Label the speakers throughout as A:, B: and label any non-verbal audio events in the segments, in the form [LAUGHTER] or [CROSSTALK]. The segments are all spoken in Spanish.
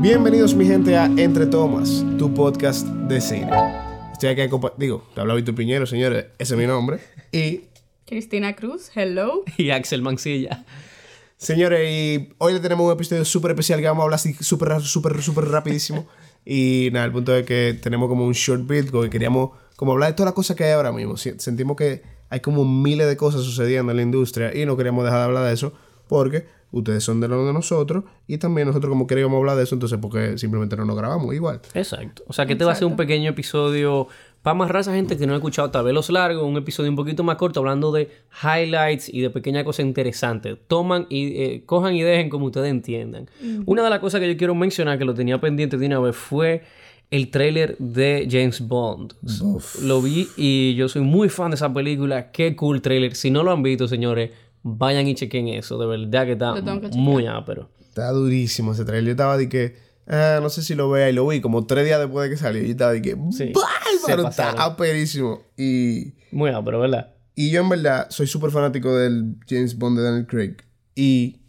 A: Bienvenidos mi gente a Entre Tomas, tu podcast de cine. Estoy aquí, acompa- digo, te habla Víctor Piñero, señores, ese es mi nombre. Y,
B: Cristina Cruz, hello.
C: [LAUGHS] y Axel Mancilla.
A: señores, y hoy le tenemos un episodio súper especial que vamos a hablar así súper, súper, súper rapidísimo. Y nada, el punto es que tenemos como un short build, como que queríamos como hablar de todas las cosas que hay ahora mismo. Si- Sentimos que hay como miles de cosas sucediendo en la industria y no queríamos dejar de hablar de eso porque ustedes son de lo de nosotros y también nosotros como queríamos hablar de eso, entonces porque simplemente no lo grabamos igual.
C: Exacto. O sea, que te va a hacer un pequeño episodio para amarrar a esa gente que no ha escuchado tal vez los largos, un episodio un poquito más corto hablando de highlights y de pequeñas cosas interesantes. Toman y eh, cojan y dejen como ustedes entiendan. Una de las cosas que yo quiero mencionar que lo tenía pendiente de una vez fue el tráiler de James Bond. Lo vi y yo soy muy fan de esa película. Qué cool tráiler. Si no lo han visto, señores, vayan y chequen eso. De verdad que está
B: tengo que chequear.
C: muy ápero.
A: Estaba durísimo ese trailer. Yo estaba de que, ah, no sé si lo vea y lo vi como tres días después de que salió. Yo estaba de que, bárbaro, está
C: pasaron.
A: aperísimo. Y,
C: Muy ápero, ¿verdad?
A: y yo en verdad soy súper fanático del James Bond de Daniel Craig. Y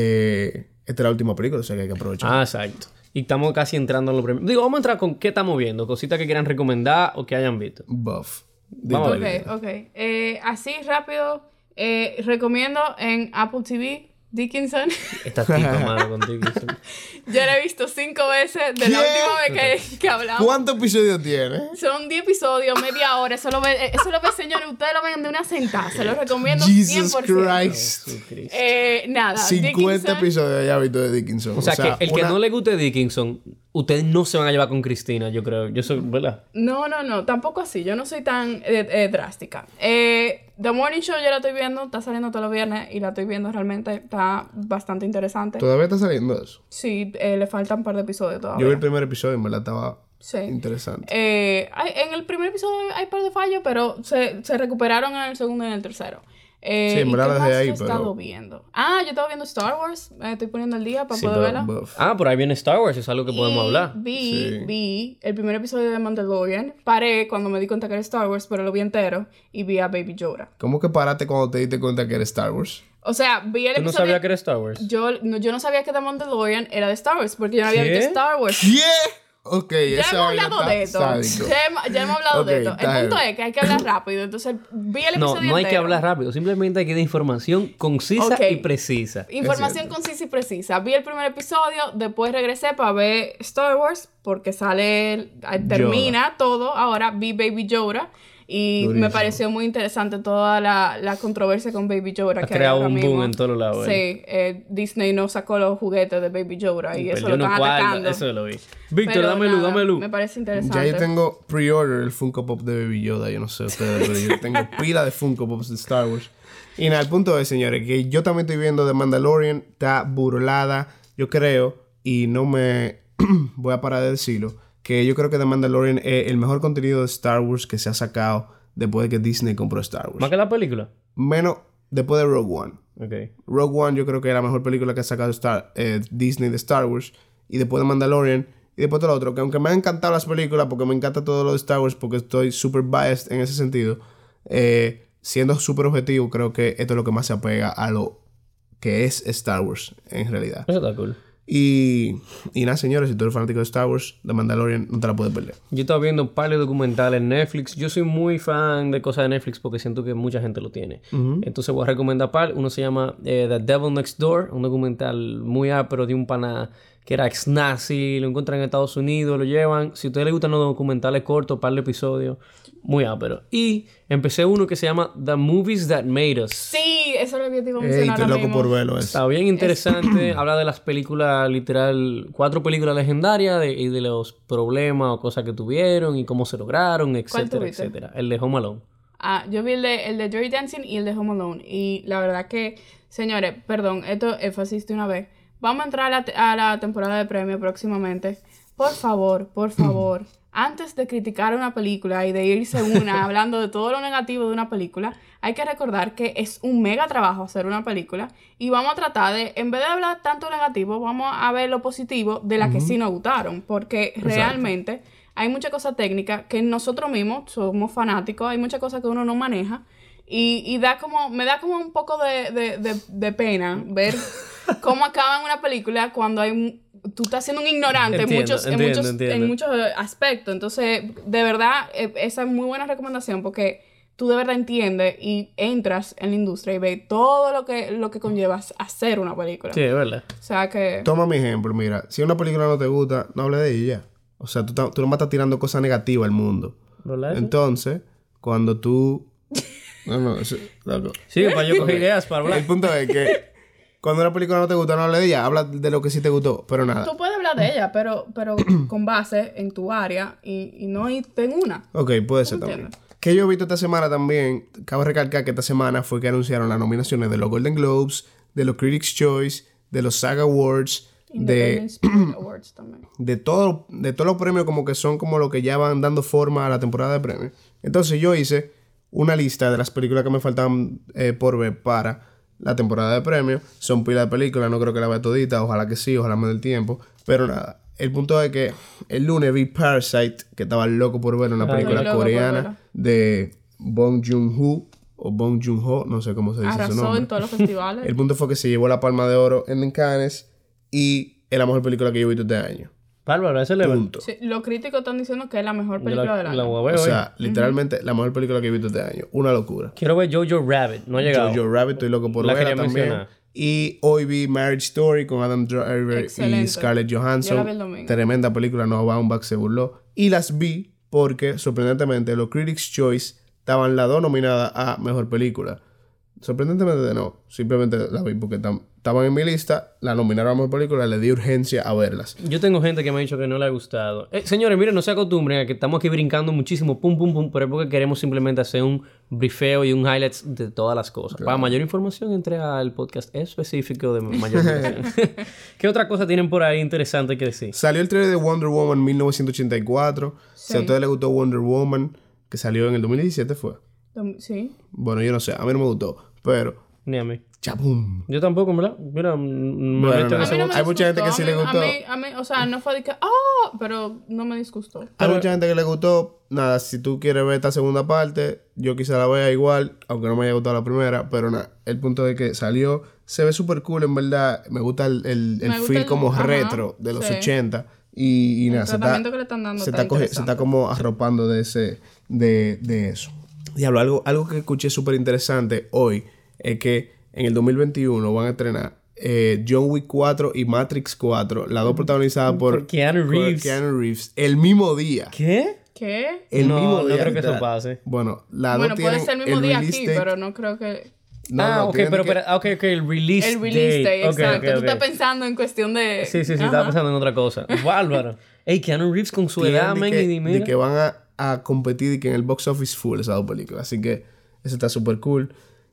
A: eh, esta es la última película, o sea que hay que aprovechar.
C: Ah, exacto. Y estamos casi entrando en los premios. Digo, vamos a entrar con qué estamos viendo, cositas que quieran recomendar o que hayan visto.
A: Buff.
C: Vamos a
B: Ok,
C: ver.
B: ok. Eh, así rápido, eh, recomiendo en Apple TV Dickinson. [LAUGHS]
C: [LAUGHS] Esta tipa, mano, contigo. sí.
B: Yo la he visto cinco veces de la
A: ¿Qué?
B: última vez que, que hablamos.
A: ¿Cuántos episodios tiene?
B: Son 10 episodios, media hora. Eso lo, ve, eh, eso lo ve, señores. Ustedes lo ven de una sentada. Se lo recomiendo
A: Jesus
B: 100%.
A: Christ.
C: Jesucristo.
B: Eh, nada.
A: 50
B: Dickinson,
A: episodios ya he visto de Dickinson.
C: O sea, que el que
A: una-
C: no le guste Dickinson, ustedes no se van a llevar con Cristina, yo creo. Yo soy, ¿verdad?
B: No, no, no, tampoco así. Yo no soy tan eh, eh, drástica. Eh, The Morning Show yo la estoy viendo, está saliendo todos los viernes y la estoy viendo realmente, está bastante interesante.
A: Todavía está saliendo eso.
B: Sí, eh, le faltan un par de episodios
A: Yo
C: Ah,
B: todavía.
A: vi el primer episodio y en verdad estaba
B: Sí.
A: interesante.
B: Eh, hay- en el primer episodio hay un par de fallos, pero se, se recuperaron en el segundo y en el tercero. Eh,
A: Sí, en
B: ¿y
A: verdad
B: qué
A: desde
B: más
A: ahí,
B: yo he estado
A: pero-
B: viendo? Ah, yo estaba viendo Star Wars, me estoy poniendo el día para
C: Sí,
B: poder
C: pero-
B: verla.
A: Buff.
C: Ah, por ahí viene Star Wars, es algo que podemos
B: Y
C: hablar.
B: Vi,
A: Sí.
B: vi el primer episodio de Mandalorian. Paré cuando me di cuenta que era Star Wars, pero lo vi entero y vi a Baby Yoda.
A: ¿Cómo que paraste cuando te diste cuenta que era Star Wars?
B: O sea, vi el
C: ¿Tú no
B: episodio.
C: sabías que era Star Wars?
B: yo, no, yo no sabía que The Mandalorian era de Star Wars porque yo no había
C: ¿Qué?
B: visto Star Wars.
A: ¿Qué? Ok,
B: Ya
A: esa
B: hemos
A: vaina
B: hablado de esto.
A: está sádico.
B: Ya hemo- ya hemos hablado
A: Ok,
B: de esto.
A: está
B: El punto
A: bien.
B: es que hay que hablar rápido. Entonces, vi el episodio
C: No, no hay que
B: entero.
C: hablar rápido. Simplemente hay que dar información concisa
B: Ok.
C: y precisa.
B: Información
A: Es
B: concisa y precisa. Vi el primer episodio, después regresé para ver Star Wars, porque sale, ah, termina todo. Ahora vi Baby Yoda y
A: Durísimo.
B: me pareció muy interesante toda la, la controversia con Baby Yoda.
C: Ha
B: que hay
C: creado
B: ahora
C: un boom
B: mismo.
C: en todos lados,
B: Sí, eh, Disney no sacó los juguetes de Baby Yoda y eso
C: Perdió
B: lo
C: unos
B: están
C: cuartos,
B: atacando.
C: Eso lo vi. Víctor,
B: Pero
C: dame luz,
B: nada,
C: dame luz.
B: Me parece
A: Ya
B: interesante.
A: yo tengo pre-order el Funko Pop de Baby Yoda, yo no sé ustedes, pero yo
B: [LAUGHS]
A: tengo pila de Funko Pops de Star Wars. Y nada, el punto es, señores, que yo también estoy viendo The Mandalorian, está burlada, yo creo, y no me [CLEARS THROAT] voy a parar de decirlo, que yo creo que The Mandalorian es el mejor contenido de Star Wars que se ha sacado después de que Disney compró Star Wars.
C: ¿Más que la película?
A: Menos después de Rogue One.
C: Ok.
A: Rogue One yo creo que es la mejor película que ha sacado Star, eh, Disney de Star Wars. Y después de Mandalorian. Y después de lo otro. Que aunque me han encantado las películas, porque me encanta todo lo de Star Wars, porque estoy súper biased en ese sentido. eh, siendo súper objetivo, creo que esto es lo que más se apega a lo que es Star Wars en realidad.
C: Eso está cool.
A: Y, y nada, señores, si tú eres fanático de Star Wars, The Mandalorian no te la puedes perder.
C: Yo estaba viendo un par de documentales en Netflix. Yo soy muy fan de cosas de Netflix porque siento que mucha gente lo tiene. Entonces voy a recomendar par. Uno se llama eh, The Devil Next Door, un documental muy ápero de un pana que era ex nazi. Lo encuentran en Estados Unidos, lo llevan. Si a ustedes les gustan los documentales cortos, par de episodios, muy ápero. Y empecé uno que se llama The Movies That Made Us.
B: Sí, eso es lo que te iba a
A: Ey,
B: mencionar
A: estoy
B: ahora
A: loco
B: mismo.
A: por verlo eso.
C: Está bien [CLEARS THROAT] interesante. habla de las películas, literal, cuatro películas legendarias de- y de los problemas o cosas que tuvieron y cómo se lograron, etcétera,
B: tuviste?
C: etcétera. El de Home Alone.
B: Ah, yo vi el de, el de Dirty Dancing y el de Home Alone. Y la verdad que, señores, perdón, esto énfasis de una vez. Vamos a entrar a la, te- a la temporada de premios próximamente. Por favor,
A: [CLEARS THROAT]
B: por favor, antes de criticar una película y de
A: [LAUGHS]
B: irse una hablando de todo lo negativo de una película, hay que recordar que es un mega trabajo hacer una película y vamos a tratar de, en vez de hablar tanto negativo, vamos a ver lo positivo de las que sí nos gustaron, porque realmente hay mucha cosa técnica que nosotros mismos somos fanáticos, hay mucha cosa que uno no maneja y, y da como, me da como un
C: [LAUGHS]
B: poco de, de- de- de pena ver cómo acaba en una película cuando hay un- tú estás siendo un ignorante en,
C: Entiendo,
B: muchos, en,
C: entiendo,
B: muchos,
C: entiendo.
B: en muchos eh, aspectos. Entonces, de verdad, eh, esa es muy buena recomendación porque tú de verdad entiendes y entras en la industria y ves todo lo que, lo que conllevas hacer una película.
C: Sí, es verdad.
B: O sea que...
A: Toma mi ejemplo, mira. Si una película no te gusta, no hable de ella. O sea, tú, ta- tú nomás estás tirando cosas negativas al mundo.
C: ¿Verdad?
A: Entonces, cuando tú... [LAUGHS] No, no, eso- loco.
C: Sí, para [LAUGHS] yo cogí ideas para hablar.
A: El punto es que cuando una película no te gusta, no hable de ella. Habla de lo que sí te gustó, pero nada.
B: Tú puedes hablar de ella, pero,
A: [CLEARS THROAT]
B: pero con base en tu área y, y no irte en una.
A: Ok, puede ser también. Que yo he visto esta semana también, cabe recalcar que esta semana fue que anunciaron las nominaciones de los Golden Globes, de los Critics' Choice, de los SAG Awards, de,
B: Independent Spirit Awards también.
A: de, todo, de todos los premios como que son como lo que ya van dando forma a la temporada de premios. Entonces yo hice una lista de las películas que me faltaban eh, por ver para la temporada de premios. Son pila de películas, no creo que la vea todita, ojalá que sí, ojalá me dé el tiempo. Pero nada, el punto es que el lunes vi Parasite, que estaba loco por ver una película
B: loco por verla.
A: coreana de Bong Joon-ho o Bong Joon-ho, no sé cómo se dice su
B: Arrasó
A: nombre.
B: en todos los festivales.
A: [LAUGHS] El punto fue que se llevó la Palma de Oro en Cannes y es la mejor película que yo he visto este año.
C: Bárbaro, ese le
A: Punto.
B: Sí, los críticos están diciendo que es la mejor
C: Yo
B: película
C: la,
B: del
C: la eh.
B: año.
C: voy a ver
A: O
C: hoy.
A: sea, literalmente la mejor película que he visto este año. Una locura.
C: Quiero ver Jojo Rabbit, no ha llegado.
A: Jojo Rabbit, estoy loco por
C: La
A: verla
C: quería
A: también.
C: mencionar.
A: Y hoy vi Marriage Story con Adam Driver y
B: Excelente.
A: Scarlett Johansson.
B: Yo la vi el domingo.
A: Tremenda película, no Baumbach se burló. Y las vi porque, sorprendentemente, los Critics' Choice estaban las dos nominadas a Mejor Película. Sorprendentemente no, simplemente las vi porque tam- estaban en mi lista, la nominaron a Mejor Película, le di urgencia a verlas.
C: Yo tengo gente que me ha dicho que no le ha gustado. Eh, señores, miren, no se acostumbren a que estamos aquí brincando muchísimo, pum, pum, pum, pero es porque queremos simplemente hacer un brifeo y un highlights de todas las cosas. Para mayor información, entre al podcast específico de mayor información. [LAUGHS] ¿Qué otra cosa tienen por ahí interesante que decir?
A: Salió el trailer de Wonder Woman 1984. Si a
B: Sí.
A: ustedes les gustó Wonder Woman, que salió en el 2017 fue.
B: Dom- Sí.
A: Bueno, yo no sé, a mí no me gustó, pero
C: Ni a mí.
A: chapum.
C: Yo tampoco, ¿verdad? Mira, mm, me
A: Bueno,
C: meto en
A: no.
C: ese
A: A mí
C: box.
A: Hay mucha gente que sí le
B: disgustó.
A: gustó.
B: A mí, a mí, o sea, no fue de que, ¡oh! Pero no me disgustó.
A: Hay mucha gente que le gustó. Nada, si tú quieres ver esta segunda parte, yo quizá la vea igual, aunque no me haya gustado la primera, pero nada, el punto de que salió, se ve súper cool, en verdad. Me gusta el, el, el
B: Me gusta
A: feel
B: el-
A: como
B: ajá,
A: retro de los
B: sí.
A: 80 y, y nada, se está,
B: tratamiento que le están dando
A: se,
B: está
A: está cogi- se
B: interesante.
A: está como arropando de ese de, de eso. Diablo, algo, algo que escuché súper interesante hoy es que en el 2021 van a estrenar eh, John Wick 4 y Matrix 4, las dos protagonizadas por,
C: Por Keanu
A: por
C: Reeves.
A: Keanu Reeves, el mismo día.
C: ¿Qué?
B: ¿Qué?
A: El
C: No,
A: mismo
C: no
A: día,
C: creo que eso
A: la-
C: pase.
A: Bueno, la
B: Bueno,
A: dos
B: puede
A: tienen
B: ser el mismo día
A: release
B: aquí,
A: date-
B: pero no creo que.
A: No,
C: ah,
A: no,
C: ok,
A: tienen
C: pero,
A: que-
C: pero- ah, ok, ok, el release
B: El release day,
C: Ok,
B: exacto.
C: ok,
B: Tú estás
C: ok.
B: pensando en cuestión de.
C: Sí, sí, sí,
B: Ajá.
C: estaba pensando en
B: [LAUGHS]
C: otra cosa. Bárbaro. Ey, Keanu Reeves con su edad,
A: tienen
C: men,
A: de que,
C: y dime.
A: de que van a, a competir y que en el box office full esas dos películas. Así que eso está súper cool.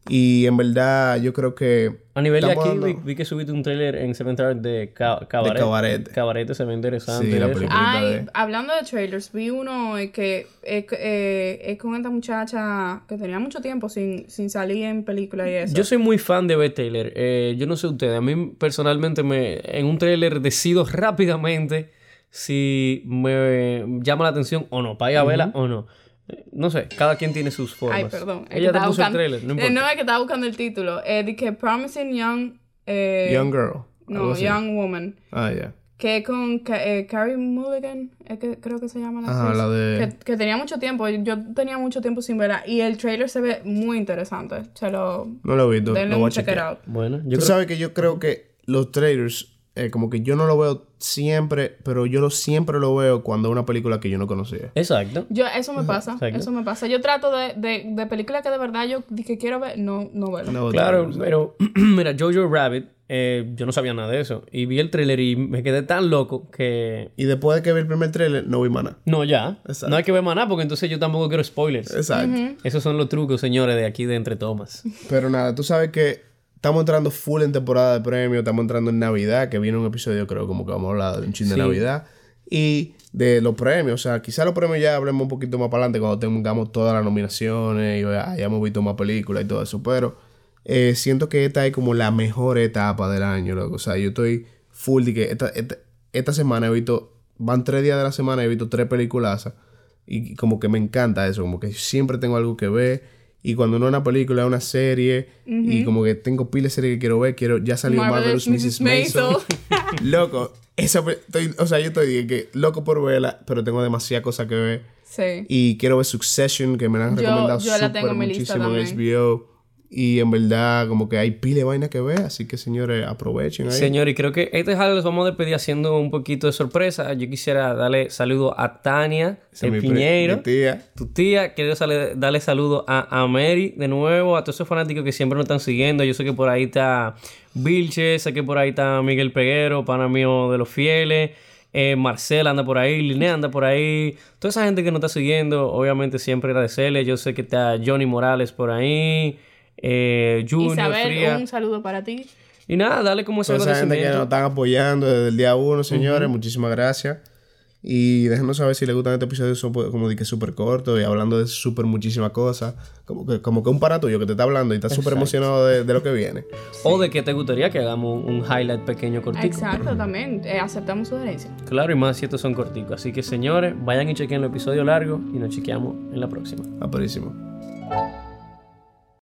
A: Y en verdad, yo creo que.
C: A nivel de
A: estamos
C: aquí,
A: dando-
C: vi, vi que subiste un trailer en Seven Trailer de ca Cabaret.
A: Cabaret.
C: Cabaret se ve interesante.
A: Sí, la
C: eso.
A: película.
B: Ay,
A: de-
B: hablando de trailers, vi uno eh, que es eh, es con esta muchacha que tenía mucho tiempo sin, sin salir en película y eso.
C: Ah, Yo soy muy fan de ver trailer. Eh, yo no sé ustedes, a mí personalmente me, en un trailer decido rápidamente si me llama la atención o no, para ir a verla o no. Eh, No sé, cada quien tiene sus formas.
B: Ay, perdón. es que
C: Ella te
B: estaba
C: puso el
B: buscando-
C: trailer, no
B: eh,
C: importa.
B: no, es que estaba buscando el título. Eh, de que Promising Young. eh,
A: Young Girl. algo
B: No,
A: así.
B: Young Woman.
A: Ah, ya.
B: Que es con Ca- eh, Carrie Mulligan, es que creo que se llama la
A: Ajá,
B: actriz,
A: la de-
B: que, que tenía mucho tiempo, yo tenía mucho tiempo sin verla. Y el trailer se ve muy interesante. Se lo...
A: No lo he visto.
B: denle
A: Lo voy
B: un
A: a
B: check
A: chequear.
B: it out.
C: Bueno,
A: Tú
C: yo creo
A: sabes que yo creo que los trailers, eh, como que yo no lo veo siempre, pero yo lo, siempre lo veo cuando es una película que yo no conocía. pues,
C: Exacto.
B: Yo, eso me pasa,
C: Exacto.
B: eso me pasa. Yo trato de, de, de películas que de verdad yo di- que quiero ver, no, no verlo.
A: No,
C: Claro,
A: pues.
C: pero [CLEARS THROAT] mira, Jojo Rabbit, eh, yo no sabía nada de eso. Y vi el trailer y me quedé tan loco que...
A: Y después de que vi el primer trailer, no vi más nada.
C: No, ya.
A: Exacto.
C: No hay que ver más nada porque entonces yo tampoco quiero spoilers.
A: Exacto.
C: Esos son los trucos, señores, de aquí de Entre Tomas.
A: Pero nada, tú sabes que estamos entrando full en temporada de premios, estamos entrando en Navidad, que viene un episodio, creo, como que vamos a hablar de un chin de Navidad. Y de los premios, o sea, quizá los premios ya hablemos un poquito más para adelante cuando tengamos todas las nominaciones y ya hayamos visto más películas y todo eso. Pero eh, siento que esta es como la mejor etapa del año, loco. O sea, yo estoy full de que esta, esta, esta semana he visto, van tres días de la semana, he visto tres peliculazas. Y como que me encanta eso, como que siempre tengo algo que ver. Y cuando no es una película, es una serie. Y como que tengo piles de series que quiero ver. Quiero, ya salió Marvelous, Mrs. Maisel. Loco, esa, pe- estoy- o sea, yo estoy que loco por verla, pero tengo demasiada cosa que ver.
B: Sí.
A: Y quiero ver Succession, que me la han
B: Yo-
A: recomendado
B: yo la tengo
A: súper
B: en mi lista
A: muchísimo en
B: también.
A: HBO. Y en verdad, como que hay pile de vaina que ver, así que señores, aprovechen ahí.
C: Señor, y creo que este jale los vamos a despedir haciendo un poquito de sorpresa. Yo quisiera darle saludo a Tania
A: Esa es
C: de
A: mi pre-
C: Piñeiro,
A: mi tía.
C: tu tía. Quiero sale- darle saludo a, a Mary de nuevo, a todos esos fanáticos que siempre nos están siguiendo. Yo sé que por ahí está Vilche, sé que por ahí está Miguel Peguero, pana mío de los fieles. eh, Marcela anda por ahí, Linnea anda por ahí. Toda esa gente que nos está siguiendo, obviamente siempre agradecerle. Yo sé que está Johnny Morales por ahí. Eh, Junior
B: Isabel,
C: Fría.
B: un saludo para ti.
C: Y nada, dale como ese
A: Toda esa gente que
C: agradecimiento.
A: nos están apoyando desde el día uno, señores, muchísimas gracias. Y déjenos saber si les gustan este episodio so- como de que súper corto y hablando de súper muchísimas cosas. Como que, como que un para tuyo que te está hablando y está súper emocionado de, de lo que viene.
C: O de que te gustaría que hagamos un highlight pequeño cortico.
B: Exacto, también. eh, aceptamos sugerencias.
C: Claro, y más si estos son corticos. Así que señores, vayan y chequen el episodio largo y nos chequeamos en la próxima.
A: Aparísimo.